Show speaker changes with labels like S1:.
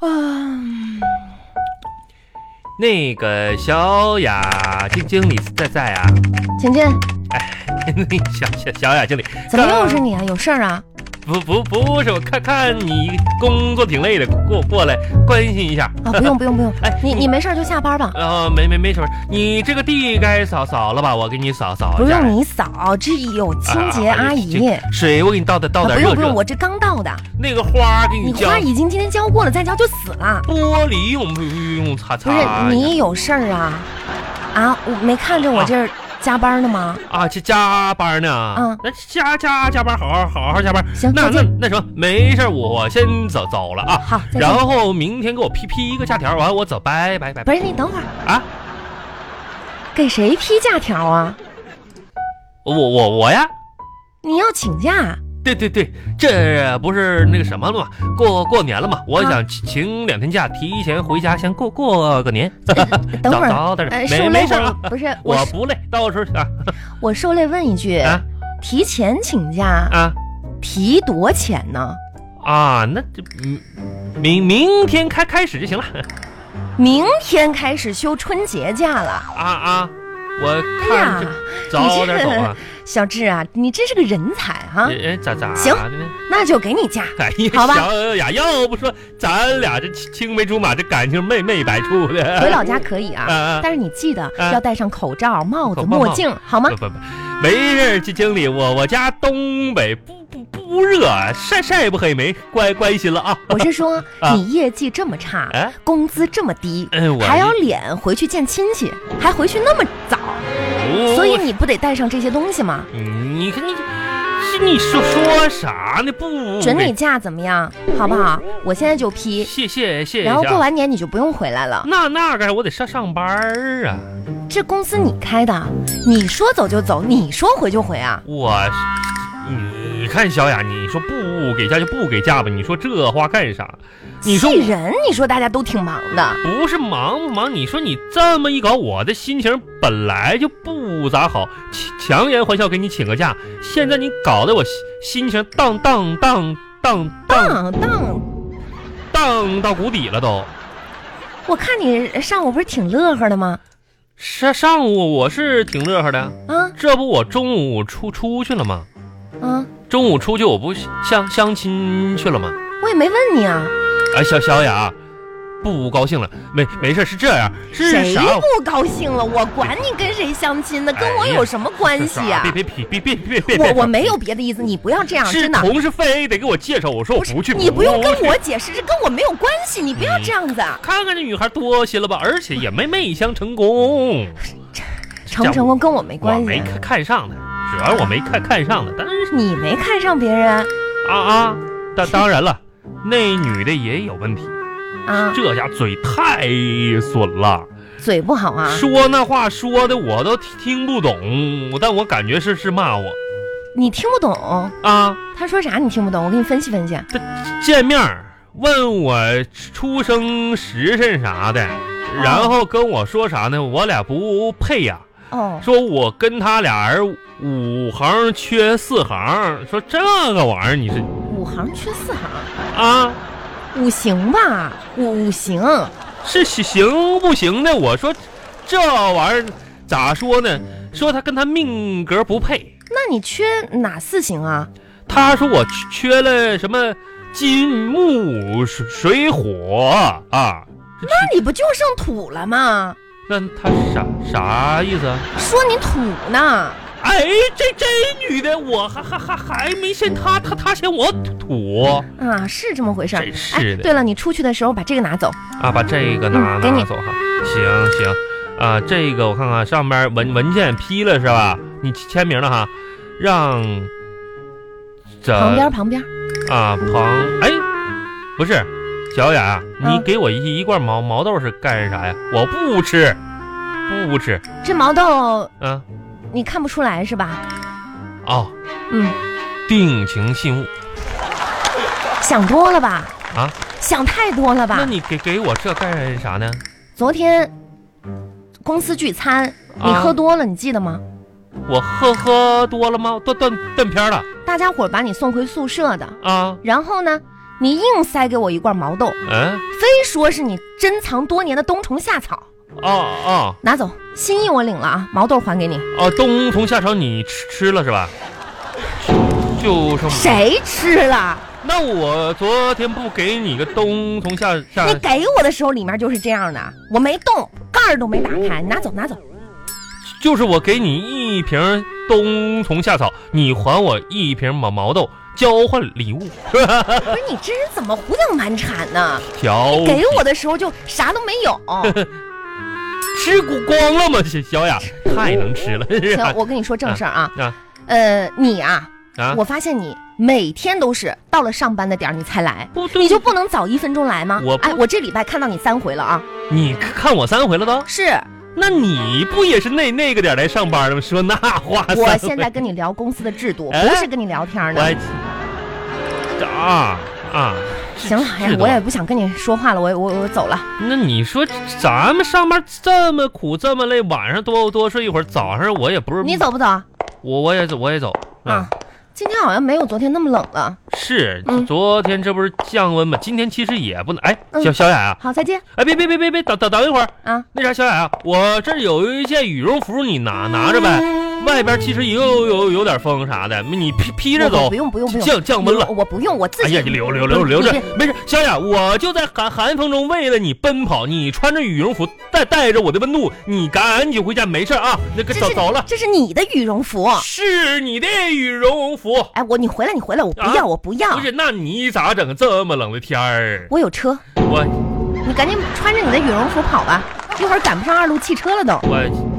S1: 啊
S2: 那个小雅经经理在在啊？
S1: 浅见，
S2: 那小小小雅经理，
S1: 怎么又是你啊？有事儿啊？
S2: 不不不是，我看看你工作挺累的，过过来关心一下。
S1: 啊，不用不用不 用，
S2: 哎，
S1: 你你没事儿就下班吧，
S2: 呃没没没什么，你这个地该扫扫了吧？我给你扫扫一
S1: 不
S2: 下。
S1: 用你扫，这有清洁
S2: 啊
S1: 阿姨。
S2: 这水我给你倒点倒
S1: 啊
S2: 点
S1: 不
S2: 热
S1: 用不用，
S2: 热。
S1: 我这刚到的，
S2: 那个花给
S1: 你
S2: 浇，
S1: 花已经今天浇过了，再浇就死了。
S2: 玻璃用不用擦
S1: 不
S2: 擦
S1: 是
S2: 呀？
S1: 你有事儿啊？啊，我没看着我这儿加班呢吗？
S2: 啊，这加班呢？
S1: 嗯
S2: 那加加加班，好好好好加班。
S1: 行，
S2: 那
S1: 再
S2: 那
S1: 见。
S2: 那什么，没事儿，我先走走了啊。
S1: 好，再见
S2: 然。后明天给我批批一个假条，完了我走，拜拜拜
S1: 不
S2: 拜。
S1: 是你等会儿
S2: 啊？
S1: 给谁批假条啊？
S2: 我我我呀，
S1: 你要请假？
S2: 对对对，这不是那个什么了吗？过过年了嘛，
S1: 啊
S2: 我想请请两天假，提前回家先过过个年。
S1: 等会儿，
S2: 早早点
S1: 呃，
S2: 没
S1: 受累
S2: 没事儿
S1: 我
S2: 啊，
S1: 不是
S2: 我
S1: 我，
S2: 不累，到时候啊
S1: 我受累问一句，
S2: 啊
S1: 提前请假
S2: 啊
S1: 提多钱呢？
S2: 啊，那这嗯明明天开开始就行了
S1: 明天开始休春节假了。
S2: 啊啊，我
S1: 哎
S2: 看
S1: 呀
S2: 这，早点走啊，
S1: 小志啊，你真是个人才啊！
S2: 哎哎咋咋
S1: 行
S2: 的呢？
S1: 那就给你假。
S2: 哎呀，
S1: 好吧
S2: 小雅，要不说咱俩这青青梅竹马，这感情媚媚百出的。
S1: 回老家可以
S2: 啊
S1: 啊，
S2: 啊
S1: 但是你记得
S2: 啊
S1: 要戴上哎口罩、帽子、
S2: 口罩
S1: 墨镜，好吗
S2: 不？不不，没事儿，这经理，我我家东北不不不热，晒晒不黑没，关关心了啊。
S1: 我是说
S2: 啊，
S1: 你业绩这么差
S2: 哎，
S1: 工资这么低，
S2: 嗯，我
S1: 哎还有脸回去见亲戚，还回去那么早，
S2: 不
S1: 所以你不得带上这些东西吗？
S2: 哦你看你，是你说说啥呢？不
S1: 准你假怎么样？好不好？我现在就批，
S2: 谢谢谢谢。
S1: 然后过完年你就不用回来了。
S2: 那那干啥？我得上上班儿啊！
S1: 这公司你开的，啊你说走就走，你说回就回啊？
S2: 我，你看小雅，你说不给假就不给假吧，你说这话干啥？你说
S1: 气人！你说大家都挺忙的，
S2: 不是忙不忙？你说你这么一搞，我的心情本来就不咋好，强强颜欢笑给你请个假，现在你搞得我心心情荡荡荡荡荡
S1: 当当，
S2: 荡到谷底了都。
S1: 我看你上午不是挺乐呵的吗？
S2: 上上午我是挺乐呵的，
S1: 啊
S2: 这不我中午出出去了吗？
S1: 啊，
S2: 中午出去我不相相亲去了吗？
S1: 我也没问你啊，
S2: 哎，小小雅，不高兴了，没没事，是这样，是
S1: 谁
S2: 啥？哎
S1: 不高兴了？我管你跟谁相亲呢，跟我有什么关系啊？
S2: 别别别别别别别！别
S1: 我我没有别的意思，你不要这样，
S2: 是
S1: 真的。
S2: 同事非得给我介绍，我说我
S1: 是
S2: 不去，
S1: 你不用跟
S2: 去
S1: 我解释，这跟我没有关系，你不要这样子。啊。
S2: 看看这女孩多心了吧，而且也没媚相成功，
S1: 成不成功跟我没
S2: 哎我
S1: 关
S2: 没
S1: 系，啊
S2: 看看上她，主要我没看看上她，但是
S1: 你没看上别人
S2: 啊啊，当当然了，那女的也有问题，
S1: 啊，
S2: 这家嘴太损了，
S1: 嘴不好啊，
S2: 说那话说的我都听听不懂，但我感觉是是骂我
S1: 你听不懂，
S2: 啊，
S1: 他说啥你听不懂，我给你分析分析。
S2: 见面儿问我出生时辰啥的，
S1: 哦
S2: 然后跟我说啥呢？我俩不配呀、
S1: 哦，
S2: 说我跟他俩人五行缺四行，说这个玩意儿你是
S1: 五行缺四行，
S2: 啊
S1: 五行吧，五五行，
S2: 是行行不行的？我说这玩意儿咋说呢？说他跟他命格不配，
S1: 那你缺哪四行啊？
S2: 他说我缺了什么金木水水火啊？
S1: 那你不就剩土了吗？
S2: 那他啥啥意思啊？
S1: 说你土呢，
S2: 哎，这这女的我还还还还没嫌她，她她嫌我土
S1: 啊，是这么回事儿。
S2: 真是
S1: 哎，
S2: 的
S1: 对了，你出去的时候把这个拿走。
S2: 啊！把这个拿
S1: 嗯给你
S2: 拿走哈，行行啊，这个我看看上边文文件批了是吧？你签名了哈，让这
S1: 旁边，旁边，
S2: 啊旁哎，不是小雅，啊
S1: 嗯
S2: 你给我一一罐毛毛豆是干啥呀？我不吃，不吃
S1: 这毛豆
S2: 啊
S1: 你看不出来是吧？
S2: 哦，
S1: 嗯，
S2: 定情信物。
S1: 想多了吧？
S2: 啊，
S1: 想太多了
S2: 那
S1: 吧？
S2: 你给给我这干啥呢？
S1: 昨天公司聚餐，你
S2: 啊
S1: 喝多了，你记得吗？
S2: 我喝喝多了吗？断断断片儿了
S1: 大家伙儿把你送回宿舍的，
S2: 啊？
S1: 然后呢，你硬塞给我一罐毛豆，
S2: 嗯、
S1: 非说是你珍藏多年的冬虫夏草。
S2: 啊啊
S1: 拿走，心意我领了啊，毛豆还给你。
S2: 啊！冬虫夏草你吃吃了是吧？就剩
S1: 谁吃了？
S2: 那我昨天不给你个冬虫夏夏
S1: 那给我的时候里面就是这样的，我没动，盖儿都没打开，拿走拿走。
S2: 就是我给你一瓶冬虫夏草，你还我一瓶毛毛豆，交换礼物。
S1: 不是你这人怎么胡搅蛮缠呢？
S2: 调皮
S1: 给我的时候就啥都没 有。
S2: 吃光光了吗？小小雅太能吃了，是
S1: 行
S2: 吧，
S1: 我跟你说正事儿啊，
S2: 啊
S1: 呃，你啊，
S2: 啊！
S1: 我发现你每天都是到了上班的点儿你才来。
S2: 不对，
S1: 你就不能早一分钟来吗？
S2: 我不
S1: 哎，我这礼拜看到你三回了啊！
S2: 你看我三回了都，
S1: 是
S2: 那你不也是那那个点儿来上班的吗？说那话 三回，
S1: 我现在跟你聊公司的制度，
S2: 哎
S1: 不是跟你聊天呢。
S2: 我啊啊，
S1: 行了，哎呀
S2: 是，的
S1: 我也不想跟你说话了，我我我走了。
S2: 那你说咱们上班这么苦这么累，晚上多多睡一会儿，早上我也不是
S1: 你，走不走啊？
S2: 我我也走我也走啊。
S1: 今天好像没有昨天那么冷了。
S2: 是，
S1: 嗯
S2: 昨天这不是降温吗？今天其实也不能。哎，
S1: 嗯
S2: 小小雅啊，
S1: 好，再见
S2: 哎，别别别别别，等等等一会儿。
S1: 啊！
S2: 那啥，小雅啊，我这儿有一件羽绒服，你拿拿着呗。
S1: 嗯
S2: 外边其实也有有有点风啥的，你披披着
S1: 我
S2: 走
S1: 不，用不用不用，
S2: 降降温了
S1: 我。我不用，我自
S2: 哎
S1: 己。嗯
S2: 呀，你留留留留着
S1: 你，
S2: 没事。小雅，我就在寒寒风中为了你奔跑，你穿着羽绒服，带带着我的温度，你赶紧回家，没事啊。那个
S1: 这
S2: 走
S1: 是
S2: 走了，
S1: 这是你的羽绒服。
S2: 是你的羽绒服，
S1: 哎，我你回来你回来，我不
S2: 啊
S1: 要我不要
S2: 不，是？那你咋整？这么冷的天儿，
S1: 我有车，
S2: 我
S1: 你赶紧穿着你的羽绒服跑吧，一会儿赶不上二路汽车了都。
S2: 我